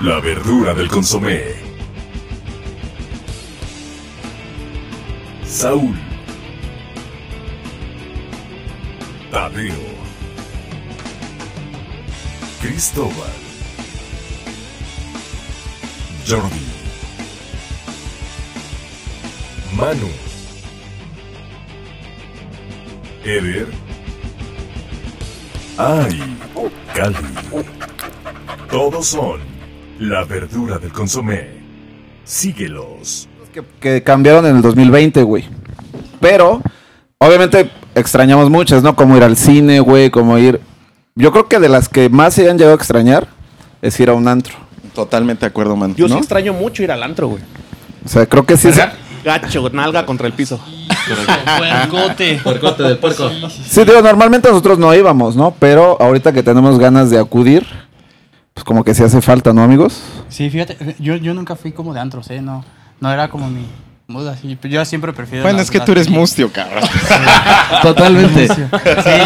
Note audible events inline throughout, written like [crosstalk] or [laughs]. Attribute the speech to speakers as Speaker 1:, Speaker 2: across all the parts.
Speaker 1: La verdura del consomé. Saúl. Tadeo. Cristóbal. Jordi. Manu. Eder. Ari. Cali. Todos son la verdura del consomé. Síguelos.
Speaker 2: que, que cambiaron en el 2020, güey. Pero, obviamente, extrañamos muchas, ¿no? Como ir al cine, güey, como ir... Yo creo que de las que más se han llegado a extrañar es ir a un antro.
Speaker 3: Totalmente de acuerdo, man.
Speaker 4: Yo sí
Speaker 3: ¿No?
Speaker 4: extraño mucho ir al antro, güey.
Speaker 2: O sea, creo que sí es...
Speaker 4: Gacho, nalga contra el piso.
Speaker 5: Puercote.
Speaker 6: [laughs] Puercote del puerco.
Speaker 2: Sí, digo, normalmente nosotros no íbamos, ¿no? Pero ahorita que tenemos ganas de acudir, pues como que sí hace falta, ¿no, amigos?
Speaker 5: Sí, fíjate, yo, yo nunca fui como de antros, ¿eh? No, no era como mi mood así. Yo siempre prefiero.
Speaker 3: Bueno,
Speaker 5: las-
Speaker 3: es que
Speaker 5: las-
Speaker 3: tú eres mustio, cabrón.
Speaker 6: Totalmente.
Speaker 5: Sí,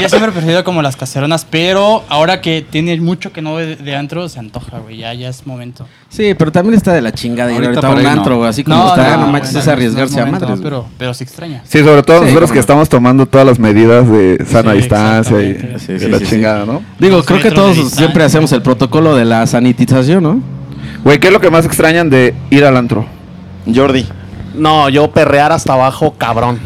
Speaker 5: yo siempre he preferido como las caseronas, pero ahora que tiene mucho que no ve de, de antro, se antoja, güey. Ya, ya es momento.
Speaker 6: Sí, pero también está de la chingada ir
Speaker 7: Ahorita
Speaker 6: ahorita a
Speaker 7: por
Speaker 6: un
Speaker 7: ahí no.
Speaker 6: antro, güey. Así como está, no, manches,
Speaker 5: bueno,
Speaker 6: es arriesgarse
Speaker 5: no
Speaker 6: a
Speaker 5: es momento,
Speaker 6: madres.
Speaker 5: ¿no?
Speaker 6: güey.
Speaker 5: pero, pero se extraña.
Speaker 2: Sí, sobre todo
Speaker 6: Sí,
Speaker 2: nosotros
Speaker 6: cómo
Speaker 2: que
Speaker 6: no.
Speaker 2: estamos tomando todas las medidas de sana
Speaker 5: Sí,
Speaker 2: distancia y
Speaker 5: exactamente.
Speaker 3: Sí,
Speaker 2: de
Speaker 3: sí,
Speaker 2: la
Speaker 3: sí, sí.
Speaker 2: chingada, ¿no?
Speaker 6: Digo,
Speaker 5: Los
Speaker 6: creo que
Speaker 5: metros de
Speaker 6: todos
Speaker 5: distancia.
Speaker 6: siempre hacemos el protocolo de la sanitización, ¿no?
Speaker 2: Güey, ¿qué es lo que más extrañan de ir al antro?
Speaker 3: Jordi.
Speaker 4: No, yo perrear hasta abajo, [laughs] cabrón.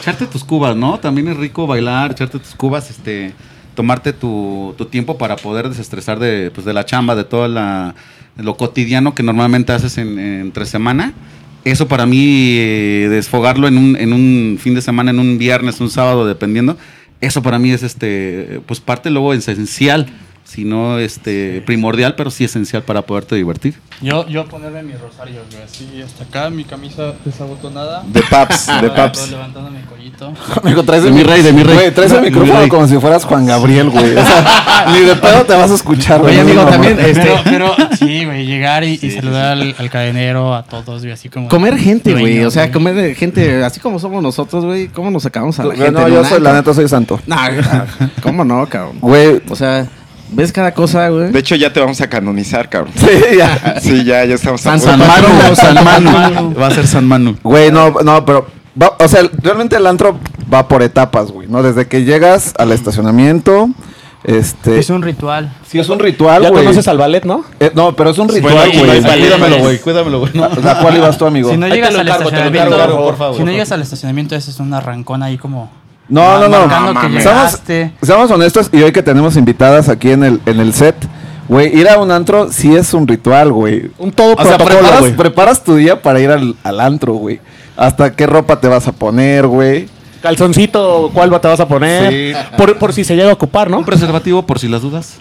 Speaker 7: Echarte tus cubas, ¿no? También es rico bailar, echarte tus cubas, este, tomarte tu, tu tiempo para poder desestresar de, pues, de la chamba, de todo la, lo cotidiano que normalmente haces en, en- entre semana. Eso para mí, eh, desfogarlo en un, en un fin de semana, en un viernes, un sábado, dependiendo, eso para mí es este, pues parte luego esencial, si no este, primordial, pero sí esencial para poderte divertir.
Speaker 5: Yo, yo ponerme mi rosario, güey. Así, hasta acá, mi camisa desabotonada.
Speaker 3: De Paps,
Speaker 6: Ah,
Speaker 3: de
Speaker 5: Ahora,
Speaker 3: Paps.
Speaker 5: Levantando mi collito.
Speaker 2: Amigo, traes
Speaker 6: De mi rey, de mi rey.
Speaker 2: Güey, traes el
Speaker 6: De mi
Speaker 2: micrófono
Speaker 6: rey.
Speaker 2: como si fueras Juan Gabriel, güey. O sea, ni de pedo te vas a escuchar,
Speaker 6: Oye,
Speaker 2: no,
Speaker 6: amigo,
Speaker 2: no,
Speaker 6: también,
Speaker 2: no.
Speaker 6: este-
Speaker 5: Pero, pero sí, güey, llegar y, y
Speaker 7: Sí, sí,
Speaker 5: saludar Al, al cadenero, a todos, güey, así como.
Speaker 6: Comer gente, güey.
Speaker 5: Dueño,
Speaker 6: O sea, comer eh, gente, así como somos nosotros, güey. ¿Cómo nos sacamos a la
Speaker 2: Güey,
Speaker 6: gente?
Speaker 2: No,
Speaker 6: en
Speaker 2: yo
Speaker 6: un
Speaker 2: soy, la
Speaker 6: antro?
Speaker 2: neta, soy santo.
Speaker 6: Nah, [laughs] ¿Cómo no, cabrón?
Speaker 2: Güey, [laughs]
Speaker 6: O sea, ves cada cosa, güey.
Speaker 3: De hecho, ya te vamos a canonizar, cabrón.
Speaker 2: sí, ya.
Speaker 3: Sí, ya, ya estamos
Speaker 6: San
Speaker 3: a-
Speaker 6: San Manu, San Manu.
Speaker 7: [laughs] Va a ser San Manu.
Speaker 2: Güey, no, no, pero. va- o sea, realmente el antro va por etapas, güey, ¿no? Desde que llegas al estacionamiento, este.
Speaker 5: Es un ritual.
Speaker 2: sí, es un ritual,
Speaker 4: ya
Speaker 2: güey.
Speaker 4: conoces al ballet, ¿no?
Speaker 2: Eh, no, pero es un
Speaker 3: Bueno,
Speaker 2: ritual,
Speaker 3: aquí no
Speaker 2: güey.
Speaker 3: hay ballet.
Speaker 7: Cuídamelo, güey,
Speaker 2: [laughs]
Speaker 7: cuídamelo, güey. No.
Speaker 2: ¿A cuál ibas tú, amigo?
Speaker 5: Si no
Speaker 7: Ahí te
Speaker 5: llegas
Speaker 7: lo
Speaker 5: al
Speaker 7: encargo, te lo
Speaker 5: estacionamiento,
Speaker 7: encargo, por favor,
Speaker 5: si no
Speaker 7: por
Speaker 5: llegas al estacionamiento, ese es un arrancón ahí como.
Speaker 2: No, no, no.
Speaker 5: marcando que
Speaker 2: Seamos-
Speaker 5: llegaste.
Speaker 2: Seamos honestos y hoy que tenemos invitadas aquí en el, en el set, güey, ir a un antro sí es un ritual, güey.
Speaker 4: Un todo
Speaker 2: O sea,
Speaker 4: protocolo,
Speaker 2: preparas,
Speaker 4: güey.
Speaker 2: preparas tu día para ir al, al antro, güey. Hasta qué ropa te vas a poner, güey.
Speaker 4: Calzoncito, ¿cuál te vas a poner?
Speaker 7: Sí.
Speaker 4: Por, por si se llega a ocupar,
Speaker 7: [laughs]
Speaker 4: ¿no?
Speaker 7: Un preservativo por si las [laughs] dudas.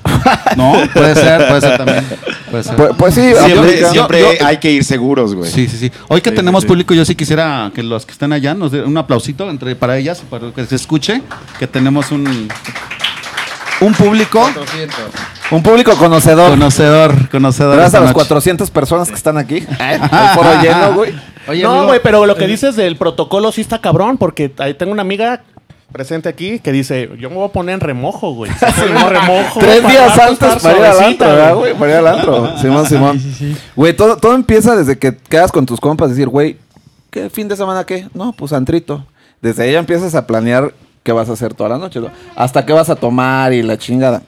Speaker 7: No, puede ser, puede ser también. Puede ser.
Speaker 2: Pues, pues sí,
Speaker 3: Siempre,
Speaker 2: aplica.
Speaker 3: siempre
Speaker 7: Yo- yo-
Speaker 3: hay que ir seguros, güey.
Speaker 7: Sí, sí, sí. Hoy que
Speaker 3: Sí,
Speaker 7: tenemos
Speaker 3: sí, sí.
Speaker 7: público, yo sí quisiera que los que están allá nos den un aplausito entre para ellas, para que se escuche que tenemos un un público
Speaker 2: un público conocedor.
Speaker 7: conocedor, conocedor.
Speaker 2: Gracias
Speaker 7: esta
Speaker 2: a las
Speaker 7: noche.
Speaker 2: 400 personas que están [laughs] aquí. El foro lleno, güey.
Speaker 6: Oye,
Speaker 4: no,
Speaker 6: amigo,
Speaker 4: güey, pero lo que dices del protocolo sí está cabrón, porque ahí tengo una amiga presente aquí que dice, yo me voy a poner en remojo,
Speaker 2: [laughs]
Speaker 4: güey. Se pone en remojo.
Speaker 2: Tres
Speaker 4: para
Speaker 2: días
Speaker 4: estar
Speaker 2: antes para ir al
Speaker 4: suavecita,
Speaker 2: antro, ¿verdad, güey? Pues Para ir al
Speaker 4: [laughs]
Speaker 2: antro. Simón, Simón. Güey, todo, todo empieza desde que quedas con tus compas. Decir, güey, ¿qué fin de semana qué? No, pues antrito. Desde ahí ya empiezas a planear qué vas a hacer toda la noche. ¿no? Hasta qué vas a tomar y la chingada.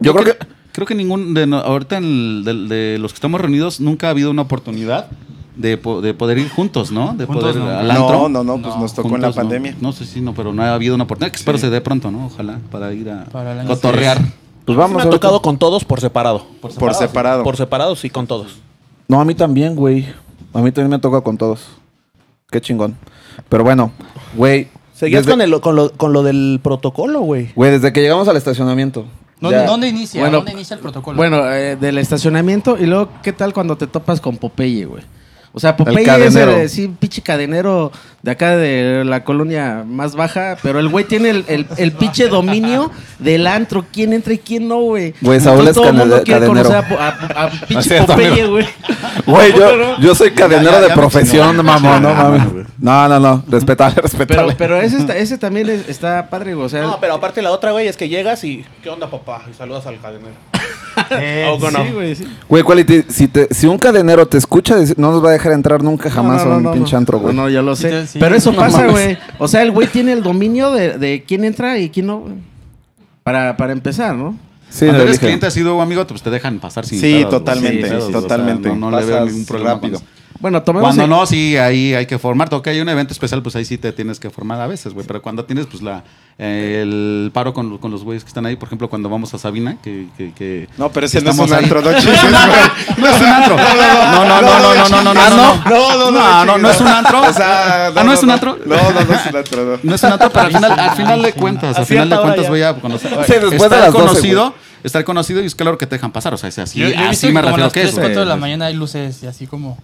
Speaker 2: Yo creo que... pues,
Speaker 7: creo que ningún de no- ahorita en el- del- de, los que estamos reunidos nunca ha habido una oportunidad de, po- de poder ir juntos, ¿no? De
Speaker 5: Juntos
Speaker 7: poder
Speaker 5: no.
Speaker 7: al antro.
Speaker 3: No, no, no, pues nos tocó en la
Speaker 7: Juntos, ¿no?
Speaker 3: pandemia.
Speaker 7: No, sé si no, pero no ha habido una oportunidad. Que espero se dé pronto, ¿no? Ojalá para ir a
Speaker 5: Para el año
Speaker 7: cotorrear.
Speaker 2: Pues
Speaker 4: Sí me
Speaker 2: vamos
Speaker 4: han
Speaker 2: a
Speaker 4: tocado con todos por separado. Por
Speaker 3: Por separado.
Speaker 4: Por separado, sí, con todos.
Speaker 2: No, a mí también, güey. A mí también me ha tocado con todos. Qué chingón. Pero bueno, güey.
Speaker 4: Seguías
Speaker 2: desde-
Speaker 4: con, el, con, lo, con lo del protocolo, güey.
Speaker 2: Güey, desde que llegamos al estacionamiento.
Speaker 5: ¿Dónde,
Speaker 2: Ya.
Speaker 5: dónde inicia?
Speaker 6: Bueno,
Speaker 5: ¿Dónde inicia el protocolo?
Speaker 6: Bueno, eh, del estacionamiento y luego, ¿qué tal cuando te topas con Popeye, güey? O sea, Popeye es
Speaker 2: cadenero.
Speaker 6: el, eh, sí, pinche cadenero de acá de la colonia más baja, pero el güey tiene el, el, el pinche dominio del antro, quién entra y quién no, güey.
Speaker 2: Güey, Saúl
Speaker 6: Entonces,
Speaker 2: es
Speaker 6: todo el mundo
Speaker 2: cade-
Speaker 6: quiere
Speaker 2: cadenero.
Speaker 6: conocer a, Po-
Speaker 2: [laughs]
Speaker 6: a- a
Speaker 2: No es
Speaker 6: pinche
Speaker 2: cierto,
Speaker 6: Popeye,
Speaker 2: amigo.
Speaker 6: güey.
Speaker 2: Güey, yo, yo soy cadenero
Speaker 7: ya, ya
Speaker 2: de
Speaker 7: me
Speaker 2: profesión,
Speaker 7: chingó.
Speaker 2: mamón, no
Speaker 7: Ya,
Speaker 2: mames.
Speaker 7: güey.
Speaker 2: No, no, no, respetable, [laughs]
Speaker 6: Pero,
Speaker 2: respetable.
Speaker 6: pero ese, está- ese también es- está padre, güey. O sea,
Speaker 4: No, pero aparte la otra, güey, es que llegas y. ¿Qué onda, papá? Y saludas al cadenero.
Speaker 5: Eh,
Speaker 4: ¿A poco no?
Speaker 6: Eh, Sí, güey, sí.
Speaker 2: Güey, Quality, si, te- si un cadenero te escucha, dice- no nos va a dejar entrar nunca jamás
Speaker 6: No, no,
Speaker 2: a un
Speaker 6: no, no,
Speaker 2: pinche
Speaker 6: no.
Speaker 2: antro, güey.
Speaker 6: No, no, yo lo sé.
Speaker 5: Sí, sí.
Speaker 6: Pero eso
Speaker 5: No
Speaker 6: pasa,
Speaker 5: mames.
Speaker 6: güey. O sea, el güey tiene el dominio de, de quién entra y quién no. güey. Para, para empezar, ¿no?
Speaker 2: Sí,
Speaker 7: Cuando
Speaker 2: lo
Speaker 7: eres
Speaker 2: dije.
Speaker 7: cliente ha sido amigo, pues te dejan pasar sin
Speaker 3: Sí,
Speaker 7: pedos, güey.
Speaker 3: totalmente,
Speaker 7: Sin pedos, o sea,
Speaker 3: totalmente.
Speaker 7: no, no le veo
Speaker 3: Pasas
Speaker 7: ningún problema.
Speaker 3: rápido.
Speaker 7: Cuando,
Speaker 6: Bueno, tomemos.
Speaker 7: cuando
Speaker 6: en-
Speaker 7: no, sí, ahí hay que formarte. Ok, hay un evento especial, pues ahí sí te tienes que formar a veces, güey. Pero cuando tienes, pues la eh, el paro con, con los güeyes que están ahí, por ejemplo, cuando vamos a Sabina, que. que, que
Speaker 3: No, pero ese no es
Speaker 7: estamos
Speaker 3: un
Speaker 7: ahí.
Speaker 3: antro, no chingues, güey.
Speaker 7: No es un antro. No, no, no, no, no, no, no, no,
Speaker 3: Ah,
Speaker 7: no.
Speaker 3: No, no,
Speaker 7: No, no, no es un antro.
Speaker 3: O sea,
Speaker 7: Ah, no es un antro.
Speaker 3: No, no, no es un antro, no.
Speaker 7: No es un antro, pero al final, al final de cuentas, al final de cuentas voy a conocer.
Speaker 2: Sí, después de
Speaker 7: estar
Speaker 2: las 12,
Speaker 7: conocido, estar conocido y es claro que te dejan pasar. O sea, es así,
Speaker 5: Yo, yo he visto
Speaker 7: así
Speaker 5: que
Speaker 7: me
Speaker 5: como a
Speaker 7: refiero a
Speaker 5: las
Speaker 7: que Pues,
Speaker 5: 3,
Speaker 7: es.
Speaker 5: 4 de la
Speaker 7: güey.
Speaker 5: mañana hay luces y así como...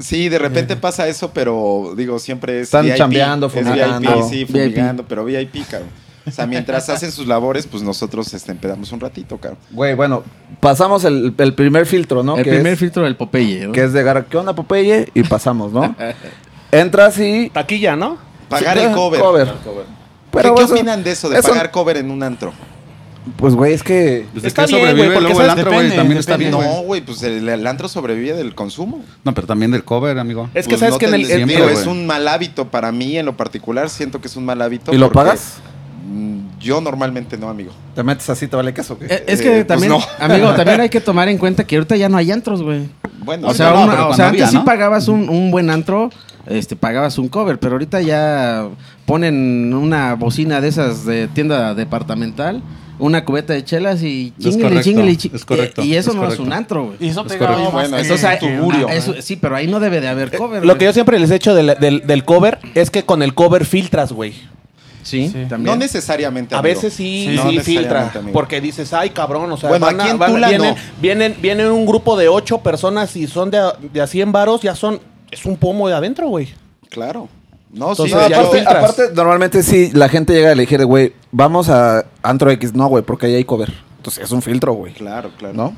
Speaker 3: Sí, de repente pasa eso, pero digo, siempre es
Speaker 2: Están
Speaker 3: VIP,
Speaker 2: chambeando,
Speaker 3: es
Speaker 2: fumigando.
Speaker 3: VIP, sí, fumigando, pero VIP, cabrón. O sea, mientras hacen sus labores, pues nosotros este, empedamos un ratito, cabrón.
Speaker 2: Güey, bueno, pasamos el, el primer filtro, ¿no?
Speaker 6: El
Speaker 2: que
Speaker 6: primer
Speaker 2: es,
Speaker 6: filtro del Popeye. ¿no?
Speaker 2: Que es de gar- ¿qué onda, Popeye? Y pasamos, ¿no? Entras y.
Speaker 4: Taquilla, ¿no?
Speaker 3: Pagar
Speaker 2: Sí, eh,
Speaker 3: el cover.
Speaker 2: cover.
Speaker 3: Pero ¿Qué,
Speaker 2: eso-
Speaker 3: opinan de eso, de
Speaker 2: eso-
Speaker 3: pagar cover en un antro?
Speaker 2: Pues, güey, es que.
Speaker 7: Pues
Speaker 4: Está
Speaker 7: está
Speaker 4: bien,
Speaker 7: bien,
Speaker 4: güey,
Speaker 7: sobrevive
Speaker 4: porque
Speaker 7: luego el
Speaker 4: sabes,
Speaker 7: antro, güey.
Speaker 5: depende,
Speaker 7: También está bien,
Speaker 5: depende.
Speaker 7: güey.
Speaker 3: No, güey, pues el, el antro sobrevive del consumo.
Speaker 7: No, pero también del cover, amigo.
Speaker 4: Es que
Speaker 3: Pues
Speaker 4: sabes
Speaker 3: no
Speaker 4: que en
Speaker 3: te-
Speaker 4: el...
Speaker 7: siempre,
Speaker 3: digo,
Speaker 4: el-
Speaker 3: es un mal hábito para mí en lo particular, siento que es un mal hábito.
Speaker 2: ¿Y lo
Speaker 3: porque,
Speaker 2: pagas?
Speaker 3: mm, Yo normalmente no, amigo.
Speaker 2: Te metes así, te vale queso, güey.
Speaker 6: Eh, es
Speaker 3: Eh,
Speaker 6: que
Speaker 3: pues
Speaker 6: también,
Speaker 3: no.
Speaker 6: amigo, también
Speaker 7: [laughs]
Speaker 6: hay que tomar en cuenta que ahorita ya no hay antros, güey.
Speaker 3: Bueno,
Speaker 6: O sea,
Speaker 7: no,
Speaker 6: una-
Speaker 7: pero
Speaker 6: o
Speaker 7: cuando
Speaker 6: sea,
Speaker 7: había,
Speaker 6: antes sí
Speaker 7: ¿no?
Speaker 6: pagabas un, un buen antro, este, pagabas un cover, pero ahorita ya ponen una bocina de esas de tienda departamental, una cubeta de chelas y
Speaker 7: Es
Speaker 6: chinguele,
Speaker 7: correcto,
Speaker 6: chinguele, chi-
Speaker 7: es correcto,
Speaker 6: Y, y eso
Speaker 7: es
Speaker 6: no
Speaker 7: correcto.
Speaker 6: es un antro, güey.
Speaker 5: Y eso
Speaker 7: Es
Speaker 5: pegaba más
Speaker 7: correcto.
Speaker 3: Bueno,
Speaker 5: que-
Speaker 3: eso es
Speaker 5: que-
Speaker 3: tugurio.
Speaker 6: Ah, eso- sí, pero ahí no debe de haber
Speaker 7: Eh,
Speaker 6: cover.
Speaker 4: Lo
Speaker 6: güey.
Speaker 4: que yo siempre les he hecho de la- del, del cover es que con el cover filtras, güey.
Speaker 6: Sí,
Speaker 5: Sí.
Speaker 3: no
Speaker 6: también.
Speaker 3: necesariamente.
Speaker 4: A
Speaker 3: amigo.
Speaker 4: veces sí,
Speaker 3: Sí,
Speaker 4: sí,
Speaker 3: no
Speaker 4: filtra.
Speaker 3: necesariamente, amigo.
Speaker 4: Porque dices, ay, cabrón, o sea,
Speaker 3: Bueno,
Speaker 4: van a-
Speaker 3: aquí en
Speaker 4: van a-
Speaker 3: Tula
Speaker 4: vienen,
Speaker 3: no.
Speaker 4: vienen, vienen un grupo de ocho personas y son de, a- de a 100 varos, ya son... Es un pomo de adentro, güey.
Speaker 3: Claro. No,
Speaker 4: Entonces,
Speaker 3: sí, yo-
Speaker 4: ya lo
Speaker 2: aparte,
Speaker 4: filtras.
Speaker 2: aparte, normalmente sí, la gente llega a elegir, güey, vamos a Antro X. No, güey, porque ahí hay cover. Entonces es un filtro, güey.
Speaker 3: Claro, claro.
Speaker 2: ¿No?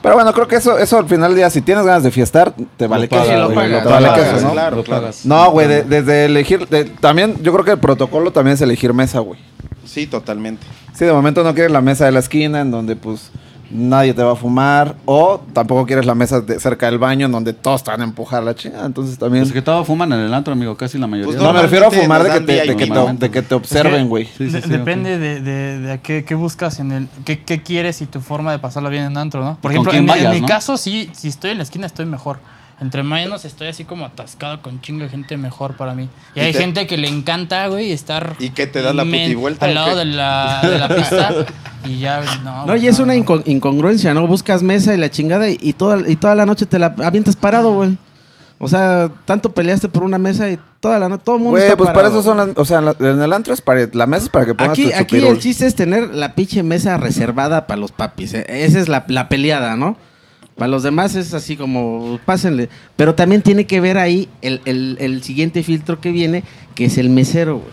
Speaker 2: Pero bueno, creo que eso, eso al final del día, si tienes ganas de fiestar, te vale
Speaker 7: pagas,
Speaker 2: queso.
Speaker 6: lo
Speaker 2: güey,
Speaker 6: pagas.
Speaker 2: te
Speaker 6: Lo
Speaker 2: vale
Speaker 3: pagas,
Speaker 2: queso, ¿no?
Speaker 3: claro.
Speaker 7: Lo pagas.
Speaker 2: No, güey, de- desde elegir. de- también, yo creo que el protocolo también es elegir mesa, güey.
Speaker 3: Sí, totalmente.
Speaker 2: Sí, de momento no quieres la mesa de la esquina en donde, pues, nadie te va a fumar. O tampoco quieres la mesa de- cerca del baño en donde todos te van a empujar la chingada. Entonces también.
Speaker 7: Pues que todos fuman en el antro, amigo, casi la mayoría.
Speaker 3: Pues
Speaker 2: no, me refiero a
Speaker 3: normalmente
Speaker 2: fumar de
Speaker 3: nos
Speaker 2: que,
Speaker 3: dan
Speaker 2: te, de,
Speaker 3: VIP,
Speaker 2: que te,
Speaker 7: normalmente.
Speaker 2: de que te
Speaker 5: Es que
Speaker 2: observen, güey.
Speaker 7: Sí, sí,
Speaker 5: de-
Speaker 7: sí,
Speaker 5: depende de, de- de a qué, qué buscas en el... Qué, qué quieres y tu forma de pasarla bien en antro, ¿no? Por
Speaker 7: ¿Con
Speaker 5: ejemplo,
Speaker 7: quién
Speaker 5: en, mi- en
Speaker 7: vayas,
Speaker 5: mi
Speaker 7: no?
Speaker 5: caso, sí, si estoy en la esquina estoy mejor. Entre menos estoy así como atascado con chingo de gente mejor para mí. Y,
Speaker 3: ¿Y
Speaker 5: hay
Speaker 3: te-
Speaker 5: gente que le encanta, güey, estar...
Speaker 3: ¿Y qué te da la
Speaker 5: men-
Speaker 3: putivuelta,
Speaker 5: Al
Speaker 3: o
Speaker 5: lado
Speaker 3: qué?
Speaker 5: de la, de la pista
Speaker 3: [laughs]
Speaker 5: y ya, no.
Speaker 6: No,
Speaker 5: güey,
Speaker 6: y es una
Speaker 5: no.
Speaker 6: incon- incongruencia, ¿no? Buscas mesa y la chingada y, y toda, y toda la noche te la avientas parado, güey. O sea, tanto peleaste por una mesa y toda la noche, todo el mundo
Speaker 2: Güey,
Speaker 6: está
Speaker 2: pues para
Speaker 6: parado.
Speaker 2: eso son las. O sea, la- en el antro es para. La mesa es para que pongas
Speaker 6: Aquí,
Speaker 2: tu
Speaker 6: aquí
Speaker 2: chupirul.
Speaker 6: el chiste es tener la pinche mesa reservada para los papis. eh. Esa es la, la peleada, ¿no? Para los demás es así como, pásenle. Pero también tiene que ver ahí el, el- el siguiente filtro que viene, que es el mesero, güey.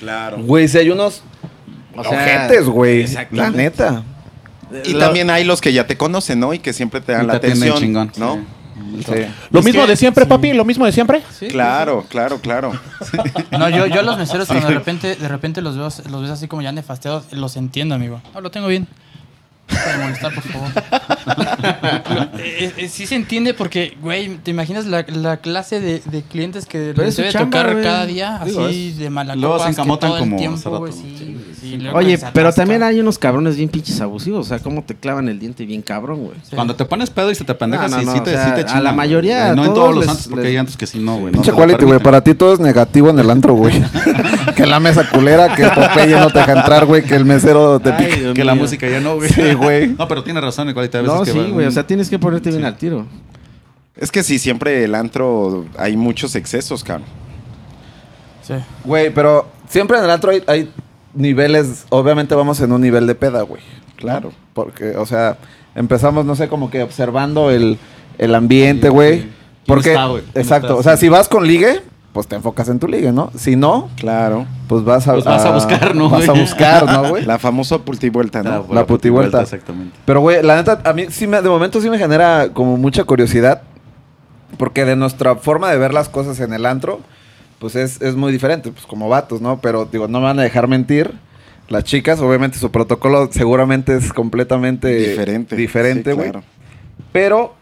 Speaker 3: Claro.
Speaker 2: Güey, si hay unos.
Speaker 6: O sea,
Speaker 2: ojetes, güey. La
Speaker 6: exactamente.
Speaker 2: neta.
Speaker 3: Y
Speaker 6: La-
Speaker 3: también hay los que ya te conocen, ¿no? Y que siempre te dan
Speaker 7: Y
Speaker 3: la
Speaker 7: te atienden
Speaker 3: atención.
Speaker 7: chingón.
Speaker 3: ¿No?
Speaker 7: Sí.
Speaker 2: Sí.
Speaker 4: Lo mismo de siempre, papi, lo mismo de siempre.
Speaker 3: Claro, claro, claro.
Speaker 5: No, yo, yo a los
Speaker 7: [laughs]
Speaker 5: meseros cuando de repente, de repente los veo, los ves así como ya nefasteados, los entiendo, amigo. No, lo tengo bien. Para molestar, por favor. Eh, eh, sí se entiende porque, güey, ¿te imaginas la, la clase de, de clientes que
Speaker 6: Pero
Speaker 5: les
Speaker 6: es su
Speaker 5: debe
Speaker 6: chamba,
Speaker 5: tocar
Speaker 6: güey.
Speaker 5: cada día?
Speaker 7: Digo,
Speaker 5: Así
Speaker 7: es-
Speaker 5: de mala
Speaker 7: luego se
Speaker 5: copas, que
Speaker 7: encamotan
Speaker 5: todo el
Speaker 7: como hace
Speaker 5: tiempo,
Speaker 7: rato,
Speaker 5: güey,
Speaker 7: ¿no?
Speaker 5: sí,
Speaker 7: Sí,
Speaker 5: sí, luego
Speaker 6: Oye,
Speaker 5: les
Speaker 6: pero
Speaker 5: atascan.
Speaker 6: también hay unos cabrones bien pinches abusivos. O sea, cómo te clavan el diente bien cabrón, güey.
Speaker 5: Sí.
Speaker 7: Cuando te pones pedo y se te pendejas,
Speaker 6: No, no,
Speaker 7: sí,
Speaker 6: no,
Speaker 7: sí
Speaker 6: o
Speaker 7: te,
Speaker 6: sea,
Speaker 7: sí te
Speaker 6: a
Speaker 7: chingan,
Speaker 6: la mayoría,
Speaker 7: güey. No en
Speaker 6: todos
Speaker 7: todos los
Speaker 6: les-
Speaker 7: antros, porque
Speaker 6: les-
Speaker 7: hay antros que sí, no, güey. no
Speaker 2: Pinche
Speaker 7: te lo
Speaker 2: quality, güey.
Speaker 7: permiten.
Speaker 2: Para ti todo es negativo en el antro, güey.
Speaker 6: [laughs]
Speaker 2: que la mesa culera, que Popeye no te deja entrar, güey, que el mesero te
Speaker 6: Ay,
Speaker 2: pica.
Speaker 6: Dios
Speaker 7: Que la
Speaker 6: mío.
Speaker 7: música ya no, güey.
Speaker 6: [laughs]
Speaker 2: Sí, güey.
Speaker 7: No, pero tiene razón, mi quality. A veces
Speaker 6: No,
Speaker 7: que
Speaker 6: sí,
Speaker 7: va-
Speaker 6: güey. O sea, tienes que ponerte bien al tiro.
Speaker 3: Es que sí, siempre el antro hay muchos excesos, cabrón.
Speaker 5: Sí.
Speaker 2: Güey, pero siempre en el antro hay, hay niveles. Obviamente vamos en un nivel de peda, güey. Claro. Porque, o sea, empezamos, no sé, como que observando el, el ambiente,
Speaker 7: Sí,
Speaker 2: güey.
Speaker 7: sí. ¿Quién
Speaker 2: Porque,
Speaker 7: está, güey? ¿Cómo
Speaker 2: exacto.
Speaker 7: estás?
Speaker 2: O sea, si vas con ligue, pues te enfocas en tu ligue, ¿no? Si no,
Speaker 3: Claro.
Speaker 2: pues vas a.
Speaker 7: Pues vas a buscar, ¿no,
Speaker 2: Vas a
Speaker 7: güey?
Speaker 2: buscar, ¿no, güey?
Speaker 3: La famosa pultivuelta,
Speaker 7: Ah,
Speaker 3: ¿no?
Speaker 7: bueno,
Speaker 2: putivuelta.
Speaker 7: Exactamente.
Speaker 2: Pero, güey, la neta, a mí sí me, de momento sí me genera como mucha curiosidad. Porque de nuestra forma de ver las cosas en el antro, pues es, es muy diferente, pues como vatos, ¿no? Pero digo, no me van a dejar mentir. Las chicas, obviamente su protocolo seguramente es completamente
Speaker 3: diferente.
Speaker 2: Eh, diferente,
Speaker 3: Sí,
Speaker 2: güey.
Speaker 3: claro.
Speaker 2: Pero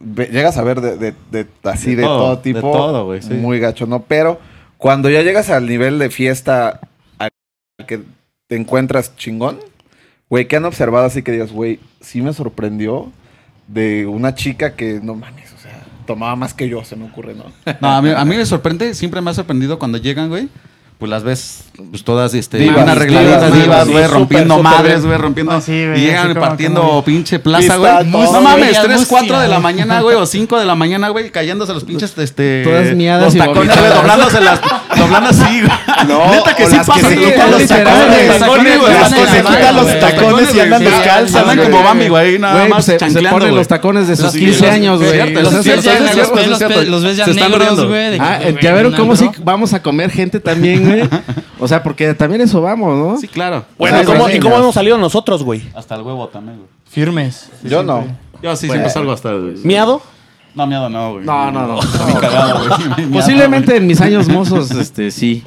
Speaker 2: ve- llegas a ver de, de- de- así de,
Speaker 7: De
Speaker 2: todo,
Speaker 7: todo,
Speaker 2: tipo.
Speaker 7: de todo, güey, sí.
Speaker 2: Muy gacho, ¿no? Pero cuando ya llegas al nivel de fiesta al que te encuentras chingón, güey, que han observado así que digas, güey, sí me sorprendió de una chica que no mames, o sea, tomaba más que yo, se me ocurre, ¿no?
Speaker 6: Pues,
Speaker 7: No, a mí, a mí me sorprende, siempre me ha sorprendido cuando llegan, güey. Pues las ves pues, todas este,
Speaker 2: Divas,
Speaker 7: bien arregladitas,
Speaker 2: divas,
Speaker 7: divas,
Speaker 2: divas,
Speaker 7: güey,
Speaker 4: sí,
Speaker 7: rompiendo
Speaker 4: súper, súper
Speaker 7: madres,
Speaker 4: bien.
Speaker 7: güey, rompiendo.
Speaker 5: Ah, sí, güey,
Speaker 7: y llegan
Speaker 5: así como
Speaker 7: partiendo
Speaker 5: que muy-
Speaker 7: pinche plaza, güey.
Speaker 2: Pista,
Speaker 7: No
Speaker 5: todo,
Speaker 7: mames,
Speaker 5: güey,
Speaker 7: 3,
Speaker 5: angustia.
Speaker 7: 4 de la mañana, güey, o 5 de la mañana, güey, cayéndose los pinches, este.
Speaker 6: Todas miadas
Speaker 7: los
Speaker 6: y
Speaker 7: tacones, güey,
Speaker 6: vomitadas.
Speaker 7: doblándose las. Doblando así, güey.
Speaker 3: No,
Speaker 7: Neta que
Speaker 3: o
Speaker 7: sí
Speaker 3: las que
Speaker 7: pasa,
Speaker 3: se
Speaker 7: güey.
Speaker 3: quitan los
Speaker 7: Literal,
Speaker 3: tacones,
Speaker 7: güey,
Speaker 5: tacones,
Speaker 7: güey,
Speaker 5: güey,
Speaker 7: las
Speaker 5: andan
Speaker 7: que
Speaker 5: en
Speaker 7: se
Speaker 5: la
Speaker 7: quitan
Speaker 5: mano,
Speaker 7: los
Speaker 5: güey.
Speaker 7: tacones y andan
Speaker 3: Sí,
Speaker 7: descalzas,
Speaker 3: andan
Speaker 7: güey.
Speaker 3: como
Speaker 7: como Bambi, güey, nada
Speaker 6: Güey,
Speaker 7: más
Speaker 6: se, se
Speaker 7: chancleando,
Speaker 6: ponen
Speaker 7: güey.
Speaker 6: los tacones de sus
Speaker 7: Sí,
Speaker 6: 15
Speaker 7: los-
Speaker 6: años, güey.
Speaker 7: cierto,
Speaker 5: Los
Speaker 7: los
Speaker 5: pies ya-
Speaker 7: pies,
Speaker 5: los
Speaker 7: cierto,
Speaker 5: pies- los
Speaker 7: cierto.
Speaker 5: pies- los ves ya
Speaker 7: Se están
Speaker 5: negros,
Speaker 7: riendo.
Speaker 5: güey. de que,
Speaker 6: Ah,
Speaker 5: güey,
Speaker 6: ya vieron
Speaker 5: en
Speaker 6: cómo
Speaker 5: antro.
Speaker 6: sí vamos a comer gente también, [laughs] güey. O sea, porque también eso vamos, ¿no?
Speaker 7: Sí, claro.
Speaker 4: Bueno,
Speaker 6: Ay,
Speaker 4: ¿y cómo,
Speaker 2: pues
Speaker 6: güey,
Speaker 4: y cómo
Speaker 6: las-
Speaker 4: hemos salido nosotros, güey?
Speaker 7: Hasta el huevo también, güey.
Speaker 5: Firmes.
Speaker 2: yo no.
Speaker 7: Yo sí siempre salgo hasta el.
Speaker 4: ¿Miado?
Speaker 7: No, miedo no, güey.
Speaker 6: No, no, no.
Speaker 7: Está bien cagado, güey. Mi- mi-
Speaker 6: Posiblemente en mis años mozos, este, sí.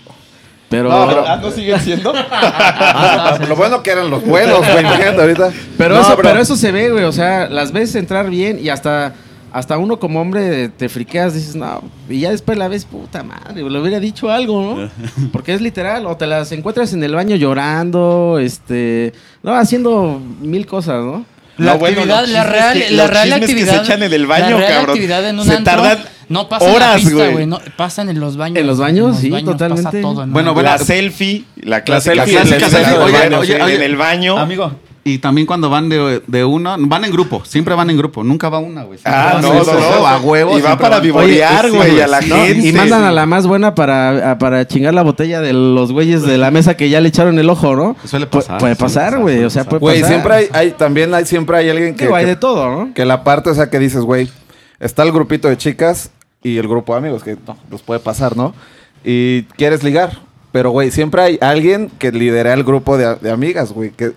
Speaker 6: Pero, pero,
Speaker 2: siguen siendo?
Speaker 3: Ah,
Speaker 2: Lo bueno que eran los buenos, güey, imagínate ahorita. No,
Speaker 6: eso,
Speaker 2: bro.
Speaker 6: pero eso se ve, güey. O sea, las ves entrar bien y hasta, hasta uno como hombre te friqueas, dices, no. Y ya después la ves, puta madre, le hubiera dicho algo, [laughs] ¿no? Porque es literal. O te las encuentras en el baño llorando, este, no, haciendo mil cosas, ¿no?
Speaker 5: La
Speaker 3: No, bueno,
Speaker 5: actividad,
Speaker 3: los
Speaker 5: la
Speaker 3: chismes
Speaker 5: real,
Speaker 3: que-
Speaker 5: la
Speaker 3: los
Speaker 5: real
Speaker 3: chismes que se
Speaker 5: actividad.
Speaker 3: echan en el baño,
Speaker 5: la real
Speaker 3: cabrón.
Speaker 5: actividad en un
Speaker 3: Se
Speaker 5: antro
Speaker 3: tardan
Speaker 5: no pasa en
Speaker 3: horas,
Speaker 5: la pista,
Speaker 3: güey.
Speaker 5: güey. No, pasan en los baños.
Speaker 6: En los baños,
Speaker 5: los
Speaker 6: sí,
Speaker 5: baños, Pasa
Speaker 6: totalmente.
Speaker 5: todo en
Speaker 7: Bueno,
Speaker 5: un-
Speaker 7: bueno,
Speaker 3: la selfie, la clásica,
Speaker 7: La
Speaker 3: selfie,
Speaker 7: clásica
Speaker 3: en el
Speaker 7: selfie.
Speaker 3: baño,
Speaker 7: Oye,
Speaker 3: sí,
Speaker 7: oye, oye.
Speaker 3: en el baño.
Speaker 7: Amigo. Y también cuando van de, de uno, van en grupo, siempre van en grupo, nunca va una, güey. Siempre
Speaker 3: Ah,
Speaker 7: van
Speaker 3: no,
Speaker 7: en
Speaker 3: no,
Speaker 7: grupo,
Speaker 3: no.
Speaker 7: a huevo.
Speaker 3: Y va
Speaker 7: siempre
Speaker 3: para
Speaker 7: van.
Speaker 3: vivorear,
Speaker 7: Oye,
Speaker 3: güey,
Speaker 7: sí,
Speaker 3: a la
Speaker 7: sí.
Speaker 3: gente.
Speaker 6: Y mandan a la más buena para, a- para chingar la botella de los güeyes de la mesa que ya le echaron el ojo, ¿no?
Speaker 7: Suele
Speaker 6: Pu-
Speaker 7: pasar,
Speaker 6: Puede
Speaker 7: suele
Speaker 6: pasar,
Speaker 7: pasar,
Speaker 6: güey.
Speaker 7: suele
Speaker 6: O sea,
Speaker 7: pasar.
Speaker 6: puede
Speaker 2: Güey,
Speaker 6: pasar.
Speaker 2: siempre hay, hay- también hay, siempre hay alguien que,
Speaker 6: pues, ah. Digo, hay
Speaker 2: que-
Speaker 6: de todo, ¿no?
Speaker 2: que la parte, o sea, que dices, güey, está el grupito de chicas y el grupo de amigos, que no, los puede pasar, ¿no? Y quieres ligar, pero, güey, siempre hay alguien que lidera el grupo de, de amigas, güey, que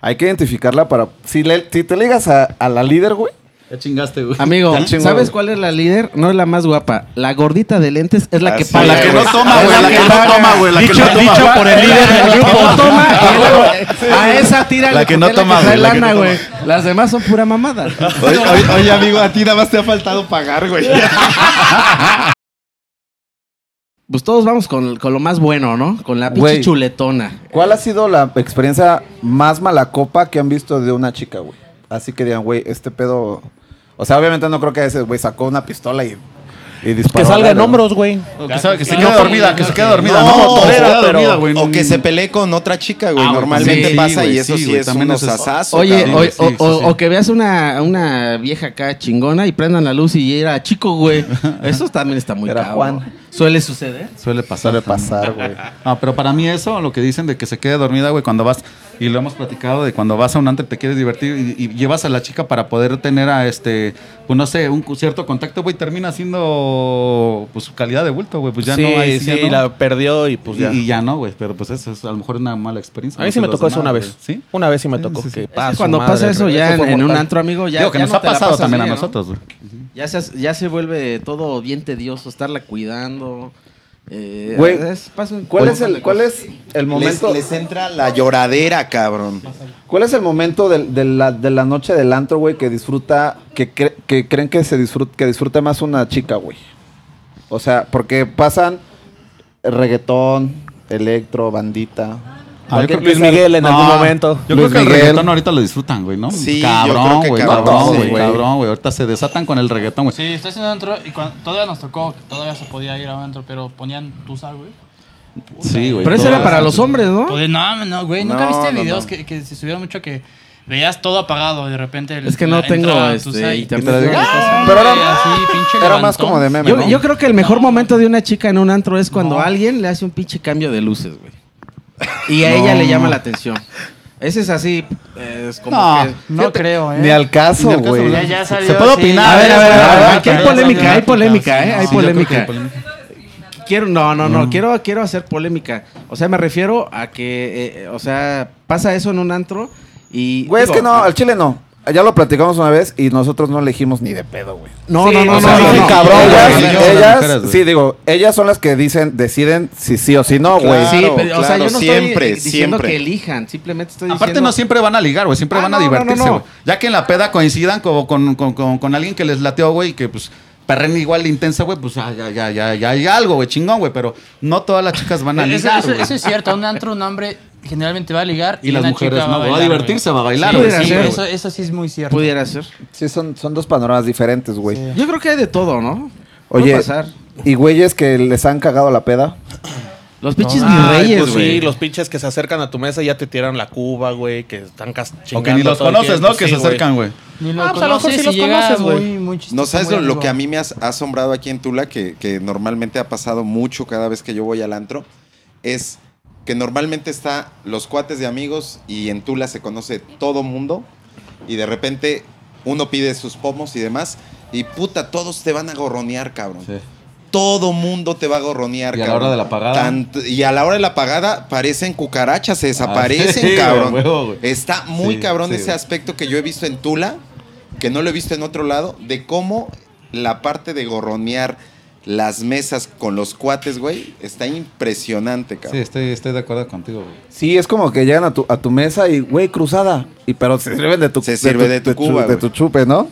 Speaker 2: hay que identificarla para... Si, le- si te ligas a, a la líder, güey,
Speaker 7: Ya chingaste, güey.
Speaker 6: Amigo,
Speaker 2: Ya chingó,
Speaker 6: ¿sabes
Speaker 2: güey.
Speaker 6: cuál es la líder? No es la más guapa. La gordita de lentes es la que
Speaker 3: Así
Speaker 6: paga.
Speaker 7: Ah, La que no
Speaker 3: güey.
Speaker 7: toma, güey. La que no toma, güey. La que no toma.
Speaker 4: por el líder del
Speaker 6: No
Speaker 4: grupo.
Speaker 6: toma,
Speaker 7: [laughs]
Speaker 6: y luego a esa tira
Speaker 7: La que no toma, güey, la que
Speaker 6: lana,
Speaker 7: no
Speaker 6: güey. Las demás son pura mamada.
Speaker 3: Oye, oye, oye, amigo, a ti nada más te ha faltado pagar, güey.
Speaker 6: Pues todos vamos con, con lo más bueno, ¿no? Con la pinche
Speaker 2: Güey.
Speaker 6: chuletona.
Speaker 2: ¿cuál ha sido la experiencia más mala copa que han visto de una chica, güey? Así que digan, güey, este pedo... O sea, obviamente no creo que ese, güey, sacó una pistola y, y disparó.
Speaker 4: Que salga en
Speaker 2: ¿no?
Speaker 4: hombros, güey.
Speaker 7: Que sabe que se quede dormida, que se quede dormida.
Speaker 3: No,
Speaker 7: No,
Speaker 3: o
Speaker 7: se queda
Speaker 3: sea,
Speaker 7: dormida, güey.
Speaker 3: O que se pelee con otra chica, güey.
Speaker 7: Ah, güey,
Speaker 3: Normalmente
Speaker 6: sí,
Speaker 3: pasa
Speaker 7: güey,
Speaker 3: y eso
Speaker 7: sí,
Speaker 3: sí,
Speaker 7: güey,
Speaker 3: es
Speaker 7: también
Speaker 3: unos
Speaker 7: eso es-
Speaker 3: asazos,
Speaker 6: Oye,
Speaker 3: cabrón.
Speaker 6: o,
Speaker 7: sí,
Speaker 6: o-
Speaker 7: sí,
Speaker 6: o-
Speaker 7: sí.
Speaker 6: o que veas una, una vieja acá chingona y prendan la luz y era chico, güey. Eso también está muy
Speaker 2: Era
Speaker 6: cabrón.
Speaker 2: Juan.
Speaker 6: Suele suceder.
Speaker 7: Suele pasar.
Speaker 2: Suele pasar, güey.
Speaker 7: Ah, pero para mí eso, lo que dicen de que se quede dormida, güey, cuando vas, y lo hemos platicado, de cuando vas a un antro y te quieres divertir y, y llevas a la chica para poder tener a este, pues no sé, un cu- cierto contacto, güey, termina siendo, pues su calidad de bulto, güey, pues ya no hay. ya no.
Speaker 4: perdió y
Speaker 7: Y- y, ya no, güey, pero pues eso es a lo mejor una mala experiencia.
Speaker 4: A mí
Speaker 7: no
Speaker 4: sí
Speaker 7: sé
Speaker 4: me
Speaker 7: los
Speaker 4: tocó eso
Speaker 7: demás,
Speaker 4: una
Speaker 7: güey.
Speaker 4: vez.
Speaker 7: ¿Sí?
Speaker 4: Una vez sí me tocó. que
Speaker 6: Es que
Speaker 4: pasa,
Speaker 6: cuando
Speaker 4: madre,
Speaker 6: pasa eso
Speaker 4: güey.
Speaker 6: ya
Speaker 4: fue
Speaker 6: en, en un
Speaker 4: mortal.
Speaker 6: antro, amigo, ya.
Speaker 7: Digo que
Speaker 6: ya
Speaker 7: nos
Speaker 6: no
Speaker 7: ha
Speaker 6: te la
Speaker 7: pasado
Speaker 6: pasas
Speaker 7: también a
Speaker 6: bien, ¿no?
Speaker 7: nosotros, güey.
Speaker 6: Ya se, ya se vuelve todo bien tedioso estarla cuidando. Eh,
Speaker 2: Güey,
Speaker 6: es- pasa un-
Speaker 2: ¿Cuál
Speaker 6: un
Speaker 2: es
Speaker 6: montón
Speaker 2: el,
Speaker 6: de
Speaker 2: cuál
Speaker 6: cosas.
Speaker 2: es el
Speaker 3: les,
Speaker 2: momento?
Speaker 3: les entra la lloradera, cabrón.
Speaker 2: ¿Cuál es el momento del- de, la, de la noche del antro, güey, que disfruta, que, cre- que creen que se disfruta, que disfruta más una chica, güey? O sea, porque pasan reggaetón, electro, bandita.
Speaker 7: Ah, yo creo que Ah.
Speaker 4: Luis Miguel en algún momento.
Speaker 7: Yo
Speaker 2: Luis
Speaker 7: creo que
Speaker 2: Miguel.
Speaker 7: el reggaetón ahorita lo disfrutan, güey, ¿no?
Speaker 3: Sí, yo creo
Speaker 7: cabrón,
Speaker 3: que
Speaker 7: güey,
Speaker 3: cabrón,
Speaker 7: cabrón,
Speaker 2: sí,
Speaker 7: güey,
Speaker 2: güey.
Speaker 7: cabrón, güey. Ahorita se desatan con el reggaetón, güey.
Speaker 5: Sí, estás en un antro y cuando, todavía nos tocó, que todavía se podía ir a un antro, pero ponían Tusa, güey.
Speaker 7: Sí, güey.
Speaker 6: Pero eso era
Speaker 7: todo
Speaker 6: para
Speaker 7: eso.
Speaker 6: los hombres, ¿no?
Speaker 5: Pues, no, no, güey, nunca
Speaker 3: No,
Speaker 5: viste
Speaker 3: no,
Speaker 5: videos
Speaker 3: no.
Speaker 5: Que, que se subieron mucho que veías todo apagado y de repente. el-
Speaker 6: Es que no
Speaker 5: la-
Speaker 6: tengo
Speaker 5: entraba Tusa
Speaker 6: este,
Speaker 5: y-
Speaker 6: internet.
Speaker 2: Pero
Speaker 5: ¡Ah!
Speaker 2: era,
Speaker 5: Güey, así, pinche
Speaker 2: era más
Speaker 5: levantón.
Speaker 2: como de meme,
Speaker 6: Yo,
Speaker 2: ¿no?
Speaker 6: yo creo que el mejor momento de una chica en un antro es cuando alguien le hace un pinche cambio de luces, güey.
Speaker 2: [laughs]
Speaker 6: Y a ella le llama la atención. Ese es así, eh, es como
Speaker 7: No,
Speaker 6: que...
Speaker 5: No creo, eh.
Speaker 2: Ni al caso,
Speaker 7: Ni al caso,
Speaker 2: güey.
Speaker 7: güey.
Speaker 5: salió,
Speaker 7: Se puede
Speaker 5: sí.
Speaker 7: opinar,
Speaker 6: A ver, a ver, a ver, aquí ¿eh? hay
Speaker 5: Ya salió
Speaker 6: polémica, hay
Speaker 5: la-
Speaker 6: polémica, ¿eh? Hay
Speaker 7: Sí, yo creo que
Speaker 6: polémica. Quiero, no, no,
Speaker 2: Mm.
Speaker 6: no, quiero, quiero hacer polémica. O sea, me refiero a que, eh, eh, o sea, pasa eso en un antro y...
Speaker 2: Güey, es
Speaker 6: digo, ah,
Speaker 2: que no, al chile no. ya lo platicamos una vez y nosotros no elegimos ni de pedo, güey.
Speaker 6: No, no, no,
Speaker 2: O
Speaker 6: no,
Speaker 2: sea,
Speaker 6: no,
Speaker 2: sí,
Speaker 6: no.
Speaker 2: cabrón, ellas,
Speaker 7: Ellas- ellas son las
Speaker 2: ellas-
Speaker 7: mujeres, güey.
Speaker 2: sí, digo, ellas son las que dicen, deciden si sí o si no, güey.
Speaker 3: Claro,
Speaker 6: sí, pero o sea, yo no
Speaker 3: siempre,
Speaker 6: estoy diciendo
Speaker 3: siempre.
Speaker 6: que elijan, simplemente estoy diciendo.
Speaker 7: Aparte no siempre van a ligar, güey, siempre
Speaker 6: Ah,
Speaker 7: van a
Speaker 6: no, no, no,
Speaker 7: divertirse,
Speaker 6: no.
Speaker 7: güey. Ya que en la peda coincidan con, con, con- con- con alguien que les lateó, güey, que pues perren igual de intensa, güey, pues ah, ya, ya, ya, ya hay algo, güey, chingón, güey, pero no todas las chicas van a
Speaker 5: Eh, Eso,
Speaker 7: ligar,
Speaker 5: eso-
Speaker 7: güey.
Speaker 5: eso es cierto. Un antro, un hombre generalmente va a ligar
Speaker 7: Y las
Speaker 5: una
Speaker 7: mujeres
Speaker 5: chica
Speaker 7: no, va a
Speaker 5: bailar,
Speaker 7: divertirse, va a bailar,
Speaker 5: Sí,
Speaker 6: güey. Pues,
Speaker 5: sí,
Speaker 6: Pudiera ser,
Speaker 5: eso, eso sí es muy cierto.
Speaker 6: pudiera ser.
Speaker 2: Sí, son, son dos panoramas diferentes, güey.
Speaker 6: Yo creo que hay de todo, ¿no? Puede
Speaker 2: Oye,
Speaker 6: pasar.
Speaker 2: y güeyes que les han cagado la peda.
Speaker 6: Los pinches
Speaker 4: Ay,
Speaker 6: ni reyes,
Speaker 4: pues
Speaker 6: güey.
Speaker 4: sí, los pinches que se acercan a tu mesa y ya te tiran la cuba, güey, que están cas-
Speaker 7: O
Speaker 4: chingando
Speaker 7: que ni los
Speaker 4: todo el
Speaker 7: conoces,
Speaker 4: tiempo,
Speaker 7: ¿no? Que
Speaker 4: sí,
Speaker 7: se
Speaker 4: güey.
Speaker 7: acercan, güey.
Speaker 5: Ni lo
Speaker 4: Ah, pues, a lo mejor
Speaker 5: conoces
Speaker 4: sí los
Speaker 5: y llega
Speaker 4: conoces, güey.
Speaker 5: muy- muy chistoso,
Speaker 3: No sabes
Speaker 5: muy
Speaker 3: lo, lo
Speaker 5: amigo.
Speaker 3: que a mí me has- ha asombrado aquí en Tula, que, que normalmente ha pasado mucho cada vez que yo voy al antro, es que normalmente está los cuates de amigos y en Tula se conoce todo mundo y de repente uno pide sus pomos y demás y puta, todos te van a gorronear, cabrón. Todo mundo te va a gorronear,
Speaker 7: Y a la
Speaker 3: cabrón.
Speaker 7: hora de la pagada. Ah,
Speaker 3: Tant- y a la hora de la pagada parecen cucarachas, se desaparecen,
Speaker 7: sí, güey,
Speaker 3: cabrón.
Speaker 7: huevo, güey.
Speaker 3: Está muy
Speaker 7: Sí,
Speaker 3: cabrón
Speaker 7: sí,
Speaker 3: ese
Speaker 7: güey.
Speaker 3: aspecto que yo he visto en Tula, que no lo he visto en otro lado, de cómo la parte de gorronear las mesas con los cuates, güey, está impresionante,
Speaker 7: Sí,
Speaker 3: cabrón.
Speaker 7: estoy, estoy de acuerdo contigo, güey.
Speaker 2: Sí, es como que llegan a tu, a tu mesa y, güey, cruzada. Y pero se sirven de tu,
Speaker 3: Se sirve de tu cuba,
Speaker 2: de
Speaker 3: güey.
Speaker 2: tu chupe, ¿no?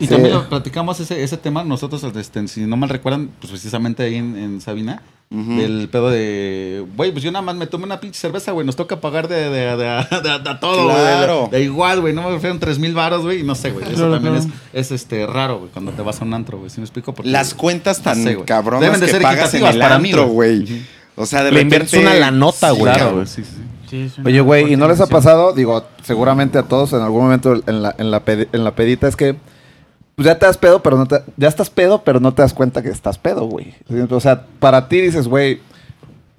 Speaker 7: Y
Speaker 2: Sí.
Speaker 7: también lo platicamos ese, ese tema nosotros, este, si no mal recuerdan, pues precisamente ahí en, en Sabina, del pedo de, güey, pues yo nada más me tomé una pinche cerveza, güey, nos toca pagar de, de, de- de- de- de todo, güey.
Speaker 3: Claro.
Speaker 7: De, de igual, güey, no me fueron tres mil varos, güey, y no sé, güey. Eso
Speaker 5: Claro,
Speaker 7: también
Speaker 5: claro.
Speaker 7: Es, es este raro, güey, cuando te vas a un antro, güey, ¿sí me explico? Porque-
Speaker 3: Las cuentas tan
Speaker 7: No sé, güey.
Speaker 3: cabronas
Speaker 7: Deben de
Speaker 3: que
Speaker 7: ser
Speaker 3: pagas en
Speaker 7: equitativas
Speaker 3: el
Speaker 7: para mí,
Speaker 3: antro,
Speaker 7: güey.
Speaker 3: güey. O sea, de
Speaker 4: Le
Speaker 3: repente...
Speaker 4: inviertes una la nota, güey.
Speaker 7: Claro,
Speaker 4: cabrón.
Speaker 7: güey, sí, sí, sí.
Speaker 5: Sí, es una
Speaker 2: Oye, güey, ¿y no les ha
Speaker 5: continuación.
Speaker 2: pasado? Digo, seguramente a todos en algún momento en la, en la, pedi- en la pedita es que pues, ya te das pedo, pero no te, ya estás pedo, pero no te das cuenta que estás pedo, güey. O sea, para ti dices, güey,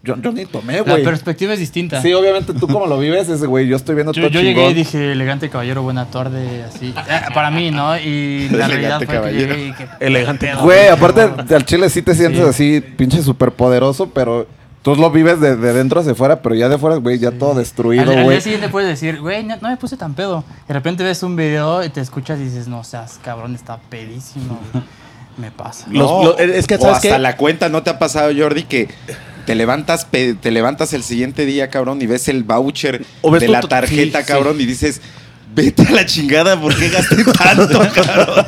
Speaker 2: yo, yo ni tomé,
Speaker 5: La
Speaker 2: güey.
Speaker 5: perspectiva es distinta.
Speaker 2: Sí, obviamente tú como lo vives es, güey, yo estoy viendo
Speaker 5: Yo,
Speaker 2: todo
Speaker 5: yo llegué
Speaker 2: chingón.
Speaker 5: y dije, elegante caballero, buena tarde, [laughs] así. Eh, para mí,
Speaker 2: [laughs]
Speaker 5: ¿no? Y la
Speaker 3: Elegante
Speaker 5: realidad fue
Speaker 3: caballero.
Speaker 5: que llegué y que...
Speaker 4: Elegante.
Speaker 2: Güey, aparte al chile sí te sientes
Speaker 5: Sí.
Speaker 2: así, pinche superpoderoso, pero tú lo vives de, de dentro hacia afuera, pero ya de afuera, güey, ya todo
Speaker 5: Al,
Speaker 2: destruido,
Speaker 5: al
Speaker 2: güey.
Speaker 5: día siguiente puedes decir, güey, no, no me puse tan pedo. De repente ves un video y te escuchas y dices, no seas cabrón, está
Speaker 2: [laughs]
Speaker 5: pedísimo. güey. Me pasa.
Speaker 4: Los-
Speaker 3: No,
Speaker 4: lo- eh, es que,
Speaker 3: o
Speaker 4: ¿sabes
Speaker 3: hasta
Speaker 4: qué?
Speaker 3: la cuenta, ¿no te ha pasado, Jordi, que te levantas, pe- te levantas el siguiente día, cabrón, y ves el voucher
Speaker 4: O ves
Speaker 3: de
Speaker 4: tu-
Speaker 3: la
Speaker 4: tu-
Speaker 3: tarjeta,
Speaker 4: sí, sí.
Speaker 3: cabrón, y dices, vete a la chingada, ¿por qué gasté
Speaker 4: [laughs]
Speaker 3: tanto, cabrón?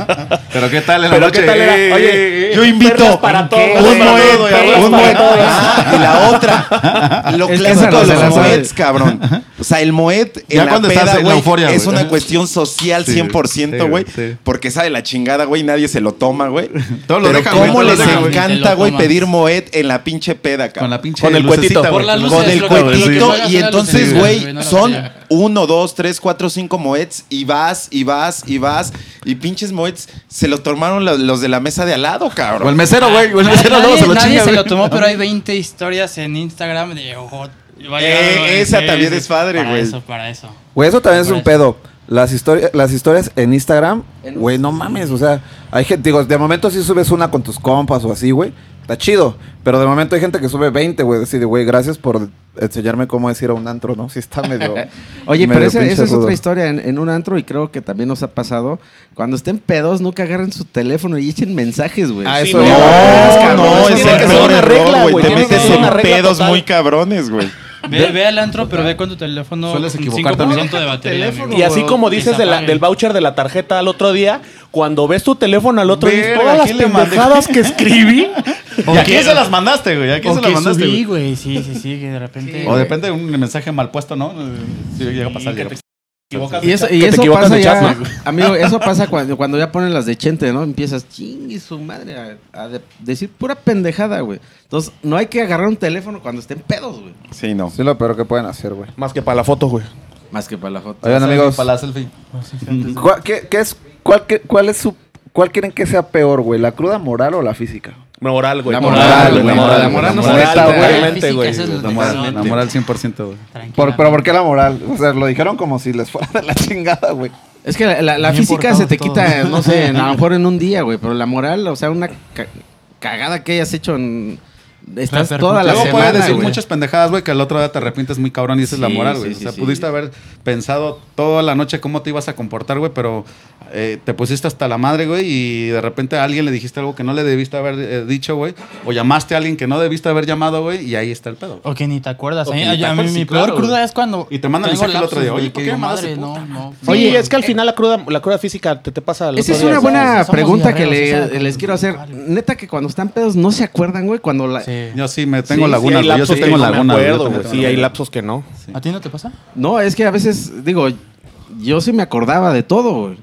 Speaker 7: Pero qué tal en la
Speaker 2: Pero
Speaker 7: noche.
Speaker 2: qué tal era,
Speaker 7: Eh,
Speaker 2: oye,
Speaker 7: eh,
Speaker 3: Yo
Speaker 7: eh,
Speaker 3: invito
Speaker 4: para todos,
Speaker 3: un
Speaker 4: para
Speaker 3: Moet,
Speaker 4: todos, perlas
Speaker 3: un
Speaker 4: para
Speaker 3: Moet.
Speaker 4: todos.
Speaker 3: Ah, y la otra, lo
Speaker 6: Es que
Speaker 3: clásico
Speaker 6: esa no
Speaker 3: de
Speaker 6: se
Speaker 3: los
Speaker 6: la sabe.
Speaker 3: Moets, cabrón. O sea, el Moet en
Speaker 7: Ya
Speaker 3: la
Speaker 7: cuando
Speaker 3: peda,
Speaker 7: estás en la
Speaker 3: güey,
Speaker 7: euforia,
Speaker 3: es
Speaker 7: güey.
Speaker 3: una cuestión social
Speaker 7: Sí,
Speaker 3: 100%,
Speaker 7: sí,
Speaker 3: güey,
Speaker 7: sí.
Speaker 3: porque sabe la chingada, güey, nadie se lo toma, güey.
Speaker 7: [laughs] Todos lo
Speaker 3: Pero
Speaker 7: dejan,
Speaker 3: cómo
Speaker 7: güey, todos
Speaker 3: les
Speaker 7: lo dejan, güey.
Speaker 3: encanta,
Speaker 5: Te lo
Speaker 3: güey,
Speaker 5: tomas.
Speaker 3: pedir Moet en la pinche peda, cabrón.
Speaker 7: Con la pinche
Speaker 4: Con el cuetito.
Speaker 7: lucecita,
Speaker 4: Por
Speaker 7: güey.
Speaker 5: las luces.
Speaker 3: Con
Speaker 5: es
Speaker 3: el
Speaker 5: lo que- lo
Speaker 3: cuetito
Speaker 5: que juegas
Speaker 3: y
Speaker 5: es la
Speaker 3: entonces,
Speaker 5: lotería,
Speaker 3: güey,
Speaker 5: güey, no la
Speaker 3: son
Speaker 5: botella.
Speaker 3: uno, dos, tres, cuatro, cinco moets y vas y vas y vas y pinches moets se lo tomaron lo- los de la mesa de al lado,
Speaker 7: O el
Speaker 3: cabrón.
Speaker 7: mesero, güey.
Speaker 2: Pues
Speaker 7: O el
Speaker 5: Nadie,
Speaker 7: mesero luego se lo
Speaker 5: nadie se
Speaker 7: chinga, güey.
Speaker 5: lo tomó, pero hay 20 historias en Instagram de... ojo, vaya,
Speaker 3: Eh,
Speaker 5: güey,
Speaker 3: esa
Speaker 5: sí,
Speaker 3: también
Speaker 5: sí,
Speaker 3: es padre,
Speaker 5: para
Speaker 3: güey.
Speaker 5: eso, para eso.
Speaker 2: Güey, eso también es
Speaker 5: Por
Speaker 2: un
Speaker 5: eso.
Speaker 2: pedo. Las, historias las historias en Instagram, güey, no mames. O sea, hay gente, digo, de momento si subes una con tus compas o así, güey, está chido. Pero de momento hay gente que sube 20, güey. Decide, güey, gracias por enseñarme cómo es ir a un antro, ¿no? [laughs] Sí está medio.
Speaker 6: Oye, pero
Speaker 2: medio
Speaker 6: esa,
Speaker 2: pinche
Speaker 6: esa es
Speaker 2: rudo.
Speaker 6: otra historia en, en un antro y creo que también nos ha pasado. Cuando estén pedos, nunca agarren su teléfono y echen mensajes, güey.
Speaker 2: Ah,
Speaker 4: Sí,
Speaker 2: eso
Speaker 4: no,
Speaker 2: ya- Eso
Speaker 4: no, es
Speaker 2: tiene
Speaker 4: el
Speaker 2: que ser
Speaker 4: peor
Speaker 2: una
Speaker 4: error,
Speaker 2: regla,
Speaker 4: güey,
Speaker 2: güey.
Speaker 4: te
Speaker 2: tiene que
Speaker 4: metes
Speaker 2: ser
Speaker 4: en
Speaker 2: una regla
Speaker 3: pedos
Speaker 2: total.
Speaker 3: muy cabrones, güey.
Speaker 5: Ve, ve al antro, pero ve con tu teléfono
Speaker 7: Sueles
Speaker 5: con
Speaker 7: equivocarte, amigo.
Speaker 5: 5% de batería.
Speaker 6: Teléfono,
Speaker 5: amigo.
Speaker 4: Y así como
Speaker 5: Que se
Speaker 4: dices de la-
Speaker 5: apague.
Speaker 4: del voucher de la tarjeta al otro día, cuando ves tu teléfono al otro día,
Speaker 7: Verga,
Speaker 4: todas las
Speaker 7: ¿quién le mandé?
Speaker 4: pendejadas que escribí.
Speaker 7: ¿Y a quién se las mandaste, güey? ¿A quién se
Speaker 5: O
Speaker 7: las
Speaker 5: que
Speaker 7: mandaste,
Speaker 5: subí,
Speaker 7: güey?
Speaker 5: güey, sí, sí, sí, que de repente...
Speaker 7: O depende de un mensaje mal puesto, ¿no? Sí, llega a pasar.
Speaker 4: que
Speaker 7: llega
Speaker 4: te
Speaker 7: a pasar.
Speaker 6: Y eso, y
Speaker 4: Que te
Speaker 6: eso
Speaker 4: equivocas
Speaker 6: pasa
Speaker 4: de
Speaker 6: ya,
Speaker 4: chasma.
Speaker 6: amigo, eso pasa cuando, cuando ya ponen las de Chente, ¿no? Empiezas, chingue su madre, a, a de- decir pura pendejada, güey. Entonces, no hay que agarrar un teléfono cuando estén pedos, güey.
Speaker 3: Sí, no.
Speaker 2: Sí, lo peor que pueden hacer, güey.
Speaker 4: Más que para la foto, güey.
Speaker 6: Más que para la jota.
Speaker 2: Oigan, amigos,
Speaker 7: Para la selfie.
Speaker 2: ¿cuál- qué, qué es, cuál, qué- cuál es su. ¿Cuál quieren que sea peor, güey? ¿La cruda moral o la física?
Speaker 4: Moral, güey.
Speaker 6: La moral,
Speaker 2: güey, Ah, la moral,
Speaker 7: la
Speaker 6: moral no
Speaker 2: se
Speaker 4: Neta,
Speaker 2: mete,
Speaker 4: güey.
Speaker 2: güey.
Speaker 4: Realmente, güey.
Speaker 5: Física, eso es
Speaker 7: La moral, la moral 100%, güey.
Speaker 5: Tranquila.
Speaker 2: Por, pero ¿por qué la moral? O sea, lo dijeron como si les fuera de la chingada, güey.
Speaker 6: Es que la, la- la
Speaker 5: Bien
Speaker 6: física se te
Speaker 5: portados
Speaker 6: quita,
Speaker 5: todos.
Speaker 6: no sé, a lo mejor en un día, güey, pero la moral, o sea, una ca- cagada que hayas hecho en- Estás
Speaker 5: Repercute.
Speaker 6: toda la
Speaker 7: Luego
Speaker 6: semana,
Speaker 7: puedes decir
Speaker 6: güey.
Speaker 7: muchas pendejadas, güey, que al otro día te arrepientes muy cabrón y esa es la
Speaker 6: Sí,
Speaker 7: moral,
Speaker 6: sí,
Speaker 7: güey.
Speaker 6: sí,
Speaker 7: o sea,
Speaker 6: sí.
Speaker 7: pudiste haber pensado toda la noche cómo te ibas a comportar, güey, pero eh, te pusiste hasta la madre, güey, y de repente a alguien le dijiste algo que no le debiste haber eh, dicho, güey, o llamaste a alguien que no debiste haber llamado, güey, y ahí está el pedo.
Speaker 5: O que ni te acuerdas.
Speaker 7: O
Speaker 5: A
Speaker 7: que
Speaker 5: mí,
Speaker 7: ni te
Speaker 5: a mí
Speaker 7: acuerdas, sí,
Speaker 5: mi
Speaker 7: claro,
Speaker 5: peor cruda
Speaker 7: güey.
Speaker 5: es cuando.
Speaker 7: Y te mandan
Speaker 5: tengo
Speaker 7: mensaje el otro
Speaker 5: lapsus,
Speaker 7: día,
Speaker 5: güey,
Speaker 7: oye, ¿por
Speaker 5: que
Speaker 7: qué
Speaker 5: digo,
Speaker 7: llamadas de
Speaker 5: madre, no,
Speaker 7: puta?
Speaker 5: no.
Speaker 4: Oye,
Speaker 5: Sí,
Speaker 4: es que al final la cruda, la cruda física te, te pasa al
Speaker 6: Esa es
Speaker 4: otro día,
Speaker 6: una
Speaker 5: somos-
Speaker 4: ¿sabes?
Speaker 6: buena
Speaker 5: somos
Speaker 6: pregunta que
Speaker 5: guerreros,
Speaker 6: le-
Speaker 5: o sea,
Speaker 6: les quiero hacer.
Speaker 5: vale.
Speaker 6: Neta que cuando están pedos no se acuerdan, güey, cuando la...
Speaker 5: Sí.
Speaker 7: Yo sí me
Speaker 4: Sí,
Speaker 7: tengo
Speaker 4: sí,
Speaker 7: lagunas,
Speaker 4: hay
Speaker 7: güey, yo sí
Speaker 4: lapsos
Speaker 7: tengo
Speaker 4: que no me
Speaker 7: lagunas. güey, yo
Speaker 4: acuerdo,
Speaker 7: también
Speaker 4: güey.
Speaker 7: tengo
Speaker 4: Sí, hay
Speaker 7: lagunas.
Speaker 4: lapsos que no.
Speaker 5: ¿A ti no te pasa?
Speaker 6: No, es que a veces, digo, yo sí me acordaba de todo, güey.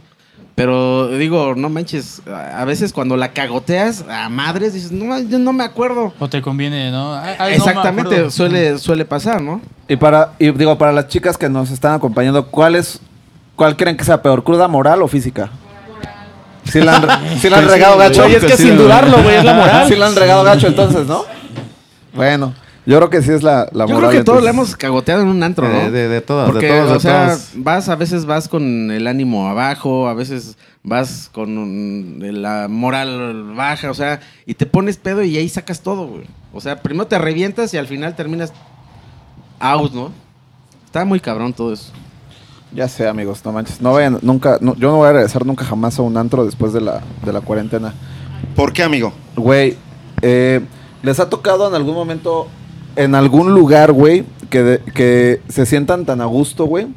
Speaker 6: Pero digo, no manches, a a veces cuando la cagoteas a madres dices, no, yo no me acuerdo.
Speaker 5: O te conviene, ¿no? Ay, ay, no me
Speaker 6: Exactamente,
Speaker 5: acuerdo.
Speaker 6: suele, suele pasar, ¿no?
Speaker 2: Y para, y digo, para las chicas que nos están acompañando, ¿cuál es, cuál creen que sea peor, cruda moral o física? Si la [laughs] han, Pues sí la han regado gacho.
Speaker 7: Oye, es que sin dudarlo,
Speaker 2: güey, es la moral. [laughs] Si la han regado gacho entonces, ¿no? Bueno, yo creo que sí es la, la
Speaker 6: Yo
Speaker 2: moral.
Speaker 6: creo que todos la
Speaker 2: entonces.
Speaker 6: hemos cagoteado en un antro, ¿no?
Speaker 7: De, Eh, de, de todas,
Speaker 6: Porque,
Speaker 7: de todos,
Speaker 6: o
Speaker 7: de
Speaker 6: sea,
Speaker 7: todas.
Speaker 6: vas, a veces vas con el ánimo abajo, a veces vas con un- la moral baja, o sea, y te pones pedo y ahí sacas todo, güey. O sea, primero te revientas y al final terminas out, ¿no? Está muy cabrón todo eso.
Speaker 2: Ya sé, amigos, no manches. No vayan, nunca, no- yo no voy a regresar nunca jamás a un antro después de la, de la cuarentena.
Speaker 3: ¿Por qué, amigo?
Speaker 2: Güey, eh, ¿les ha tocado en algún momento, en algún lugar, güey, que, de- que se sientan tan a gusto, güey?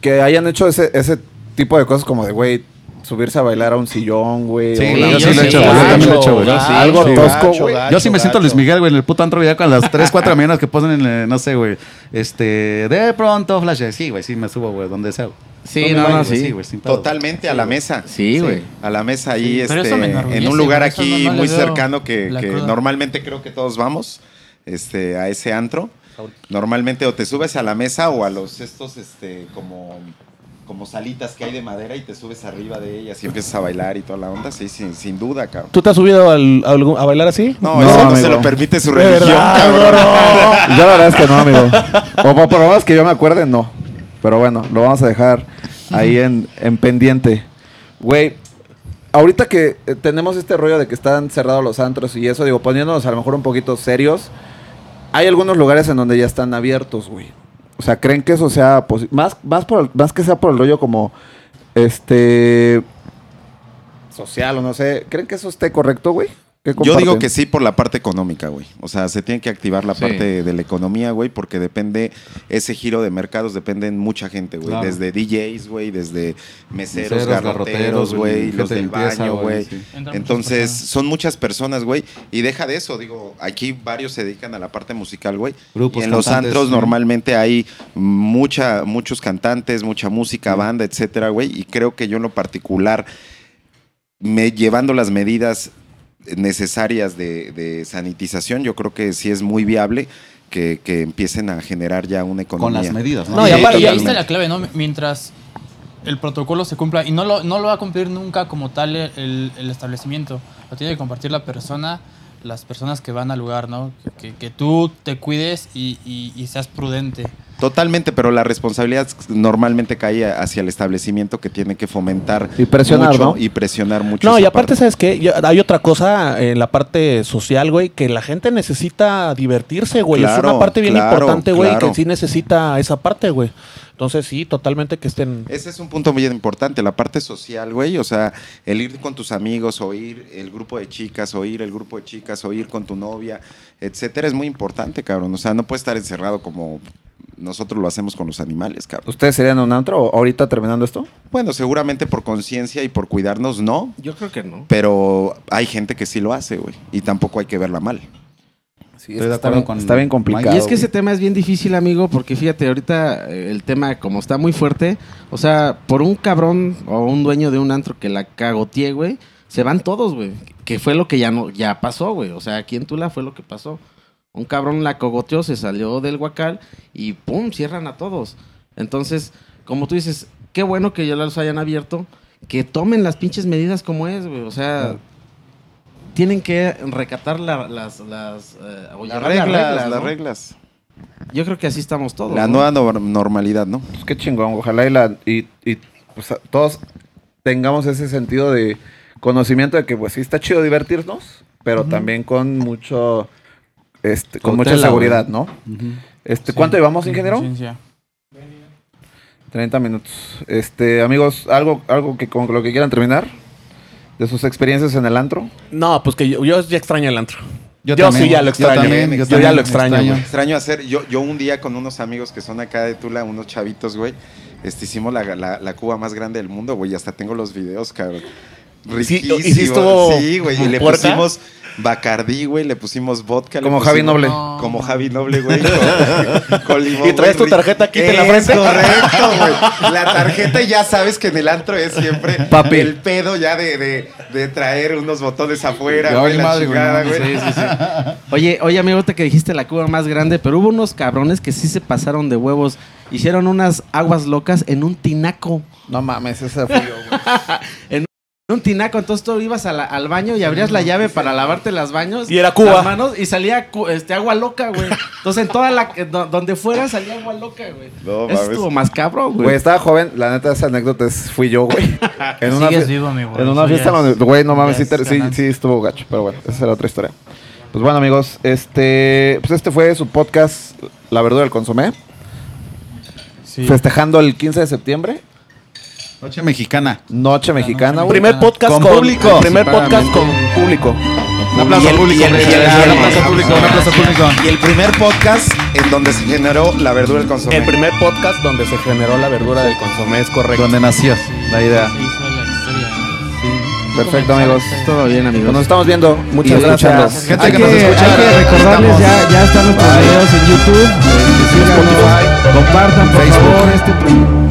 Speaker 2: Que hayan hecho ese, ese tipo de cosas como de, güey, subirse a bailar a un sillón, güey.
Speaker 7: Sí,
Speaker 2: o-
Speaker 7: yo sí
Speaker 6: yo
Speaker 7: lo he
Speaker 6: sí,
Speaker 7: hecho, güey, yo
Speaker 2: gacho,
Speaker 7: también lo he hecho, güey.
Speaker 2: gacho, Algo
Speaker 7: Sí,
Speaker 2: tosco,
Speaker 4: gacho,
Speaker 2: güey.
Speaker 4: gacho.
Speaker 7: Yo sí me siento Luis Miguel, güey, en el puto antro ya con las 3, 4 mañanas que ponen, en, eh, no sé, güey. Este, de pronto, flashes. Sí, güey, sí me subo, güey, donde sea. güey.
Speaker 6: Sí,
Speaker 7: me
Speaker 6: no,
Speaker 7: baño,
Speaker 6: no,
Speaker 7: güey,
Speaker 6: sí.
Speaker 7: güey, sin pedo.
Speaker 3: Totalmente a la mesa.
Speaker 6: Sí, güey.
Speaker 3: A la mesa ahí,
Speaker 5: Sí, pero
Speaker 3: este,
Speaker 5: eso me
Speaker 3: en
Speaker 5: enorgullece,
Speaker 3: un lugar
Speaker 5: güey, eso
Speaker 3: aquí
Speaker 5: no- no le
Speaker 3: muy
Speaker 5: veo
Speaker 3: cercano que,
Speaker 5: la
Speaker 3: que
Speaker 5: cruda.
Speaker 3: normalmente creo que todos vamos este, a ese antro. Normalmente o te subes a la mesa o a los estos este, como, como salitas que hay de madera y te subes arriba de ellas y empiezas a bailar y toda la onda. Sí, sin, sin duda, cabrón.
Speaker 4: ¿Tú te has subido al- a, algún- a bailar así?
Speaker 3: No,
Speaker 2: No,
Speaker 3: eso no
Speaker 2: amigo.
Speaker 3: se lo permite su
Speaker 4: De
Speaker 3: religión,
Speaker 4: verdad,
Speaker 3: cabrón.
Speaker 2: Yo la verdad es que no, amigo. O por- por lo menos que yo me acuerde, no. Pero bueno, lo vamos a dejar ahí en, en pendiente. Güey, ahorita que eh, tenemos este rollo de que están cerrados los antros y eso, digo, poniéndonos a lo mejor un poquito serios, hay algunos lugares en donde ya están abiertos, güey. O sea, ¿creen que eso sea posi- más más por el- más que sea por el rollo como este social o no sé, ¿creen que eso esté correcto, güey? ¿Qué
Speaker 3: Yo digo
Speaker 2: comparten?
Speaker 3: que sí por la parte económica, güey. O sea, se tiene que activar la
Speaker 6: Sí.
Speaker 3: parte de la economía, güey, porque depende, ese giro de mercados depende en mucha gente, güey.
Speaker 7: Claro.
Speaker 3: Desde DJs, güey, desde meseros,
Speaker 7: Meseros,
Speaker 3: garroteros,
Speaker 7: garroteros,
Speaker 3: güey,
Speaker 7: güey,
Speaker 3: los
Speaker 7: gente de
Speaker 3: del
Speaker 7: limpieza,
Speaker 3: baño,
Speaker 7: güey,
Speaker 3: güey.
Speaker 7: sí.
Speaker 5: Entran muchas
Speaker 3: Entonces,
Speaker 5: personas.
Speaker 3: son muchas personas, güey. Y deja de eso, digo, aquí varios se dedican a la parte musical, güey.
Speaker 7: Grupos,
Speaker 3: Y en los
Speaker 7: cantantes,
Speaker 3: antros
Speaker 7: sí.
Speaker 3: normalmente hay mucha, muchos cantantes, mucha música, banda, etcétera, güey. Y creo que yo en lo particular me, llevando las medidas necesarias de, de sanitización, yo creo que sí es muy viable que, que empiecen a generar ya una
Speaker 7: Con
Speaker 3: economía.
Speaker 7: las medidas, ¿no?
Speaker 4: No,
Speaker 5: y,
Speaker 4: y
Speaker 5: ahí-
Speaker 4: aparte-
Speaker 5: y ahí
Speaker 4: totalmente.
Speaker 5: está la clave, ¿no? Mientras el protocolo se cumpla y no lo, no lo va a cumplir nunca como tal el, el establecimiento. Lo tiene que compartir la persona, las personas que van al lugar, ¿no? Que, que tú te cuides y, y- y seas prudente.
Speaker 3: Totalmente, pero la responsabilidad normalmente cae hacia el establecimiento que tiene que fomentar
Speaker 2: Y presionar,
Speaker 3: mucho
Speaker 2: ¿no?
Speaker 3: y presionar mucho.
Speaker 4: No, y
Speaker 3: esa
Speaker 4: aparte,
Speaker 3: parte.
Speaker 4: ¿sabes qué? Ya- hay otra cosa en la parte social, güey, que la gente necesita divertirse, güey. es
Speaker 3: Claro,
Speaker 4: una parte bien
Speaker 3: claro,
Speaker 4: importante, güey,
Speaker 3: claro.
Speaker 4: que sí necesita esa parte, güey. Entonces, sí, totalmente que estén...
Speaker 3: Ese es un punto muy importante, la parte social, güey. O sea, el ir con tus amigos, o ir el grupo de chicas, o ir el grupo de chicas, o ir con tu novia, etcétera, es muy importante, cabrón. O sea, no puedes estar encerrado como nosotros lo hacemos con los animales, cabrón.
Speaker 2: ¿Ustedes serían un antro ahorita terminando esto?
Speaker 3: Bueno, seguramente por conciencia y por cuidarnos, no.
Speaker 6: Yo creo que no.
Speaker 3: Pero hay gente que sí lo hace, güey. Y tampoco hay que verla mal.
Speaker 2: Sí,
Speaker 7: Estoy
Speaker 2: está,
Speaker 7: de acuerdo
Speaker 2: bien-
Speaker 7: con
Speaker 2: está bien
Speaker 7: Mike.
Speaker 2: complicado.
Speaker 6: Y es que
Speaker 2: güey.
Speaker 6: ese tema es bien difícil, amigo, porque fíjate, ahorita eh, el tema como está muy fuerte, o sea, por un cabrón o un dueño de un antro que la cagoteé, güey, se van todos, güey. Que fue lo que ya no ya pasó, güey. O sea, aquí en Tula fue lo que pasó. Un cabrón la cogoteó, se salió del huacal y pum, cierran a todos. Entonces, como tú dices, qué bueno que ya los hayan abierto, que tomen las pinches medidas como es, güey. O sea, tienen que recatar la- las, las, eh, o
Speaker 3: Las
Speaker 6: llevar
Speaker 3: reglas,
Speaker 6: ¿no?
Speaker 3: las reglas.
Speaker 6: Yo creo que así estamos todos.
Speaker 3: La
Speaker 6: ¿no?
Speaker 3: nueva nor- normalidad, ¿no?
Speaker 2: Pues qué chingón, ojalá y, la- y- y, pues, a- todos tengamos ese sentido de conocimiento de que pues sí está chido divertirnos, pero también con mucho este, con mucha
Speaker 7: Cautela,
Speaker 2: seguridad, ¿no? Este, ¿cuánto llevamos, ingeniero?
Speaker 5: Conciencia.
Speaker 2: 30 minutos. Este, amigos, algo algo que con lo que quieran terminar de sus experiencias en el antro.
Speaker 4: No, pues que yo, yo ya extraño el antro. Yo,
Speaker 7: también,
Speaker 4: sí ya lo
Speaker 7: yo
Speaker 4: extraño. Yo,
Speaker 7: también, yo
Speaker 4: ya
Speaker 7: también
Speaker 4: lo extraño.
Speaker 7: extraño.
Speaker 4: güey.
Speaker 3: Extraño hacer, yo, yo un día con unos amigos que son acá de Tula, unos chavitos, güey, este, hicimos la, la- la cuba más grande del mundo, güey, y hasta tengo los videos, cabrón.
Speaker 4: Sí,
Speaker 3: Riquísimo.
Speaker 4: ¿y sí estuvo
Speaker 3: Sí, güey, y le
Speaker 4: puerca?
Speaker 3: pusimos Bacardí, güey, le pusimos vodka. le
Speaker 2: Como Javi
Speaker 3: pusimos-
Speaker 2: Noble.
Speaker 5: No.
Speaker 3: Como Javi Noble, güey. con- con limón,
Speaker 4: [laughs] ¿Y traes tu
Speaker 3: güey,
Speaker 4: tarjeta aquí en la
Speaker 3: Es
Speaker 4: frente? [laughs]
Speaker 3: correcto, güey. La tarjeta ya sabes que en el antro es siempre
Speaker 2: Papi.
Speaker 3: el pedo ya de, de- de traer unos botones afuera,
Speaker 7: Ya
Speaker 3: güey,
Speaker 7: vale
Speaker 3: la
Speaker 7: madre, güey,
Speaker 3: chingada,
Speaker 7: no,
Speaker 3: güey.
Speaker 7: sí, sí, sí.
Speaker 6: Oye, oye, amigo, ahorita que dijiste la cuba más grande, pero hubo unos cabrones que sí se pasaron de huevos. Hicieron unas aguas locas en un tinaco.
Speaker 2: No mames, ese [laughs] fui yo, güey.
Speaker 6: En un tinaco, entonces tú ibas a la- al baño y abrías la llave para lavarte las baños.
Speaker 4: Y era Cuba.
Speaker 6: las manos, y salía cu- este, agua loca, güey. Entonces en toda la... eh, do- donde fuera salía agua loca, güey.
Speaker 3: No,
Speaker 6: Eso
Speaker 3: mames.
Speaker 6: estuvo más cabrón, güey.
Speaker 2: Güey, estaba joven, la neta esa anécdota es fui yo, [laughs] güey. En una
Speaker 5: Sigues
Speaker 2: fie-
Speaker 5: vivo, mi güey.
Speaker 2: En una
Speaker 5: Eso
Speaker 2: fiesta,
Speaker 5: ya
Speaker 2: donde-
Speaker 5: es-
Speaker 2: güey, no mames,
Speaker 5: ya
Speaker 2: sí,
Speaker 5: es
Speaker 2: ter- sí,
Speaker 5: ganancia.
Speaker 2: sí estuvo gacho, pero bueno, esa era otra historia. Pues bueno, amigos, este, pues este fue su podcast La Verdura del Consomé,
Speaker 5: Sí.
Speaker 2: festejando el 15 de septiembre,
Speaker 7: Noche mexicana.
Speaker 2: Noche Mexicana, güey.
Speaker 4: Primer podcast
Speaker 2: Con
Speaker 4: con,
Speaker 2: público.
Speaker 4: Primer podcast con
Speaker 2: público.
Speaker 7: Un aplauso al público. hombre. Un aplauso al público. Un aplauso al público.
Speaker 3: Y el primer podcast en donde se generó la verdura del consomé.
Speaker 4: el primer podcast donde se generó la verdura del consomé, es correcto.
Speaker 7: Donde nacías, la idea.
Speaker 5: Se hizo la historia.
Speaker 2: Perfecto, amigos.
Speaker 6: Todo bien, amigos.
Speaker 2: Nos estamos viendo. Muchas gracias.
Speaker 7: Gente
Speaker 6: hay
Speaker 7: que nos escucha,
Speaker 6: hay que
Speaker 7: aquí
Speaker 6: recordarles,
Speaker 7: estamos.
Speaker 6: ya, ya están nuestros videos en YouTube. eh, síganos, compartan, por
Speaker 7: Facebook.
Speaker 6: favor, este...